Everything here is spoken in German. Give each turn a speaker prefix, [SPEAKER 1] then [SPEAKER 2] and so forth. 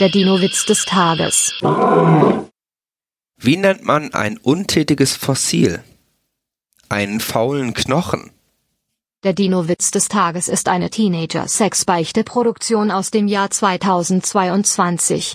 [SPEAKER 1] Der Dino-Witz des Tages.
[SPEAKER 2] Wie nennt man ein untätiges Fossil? Einen faulen Knochen.
[SPEAKER 1] Der Dino-Witz des Tages ist eine Teenager-Sex-Beichte-Produktion aus dem Jahr 2022.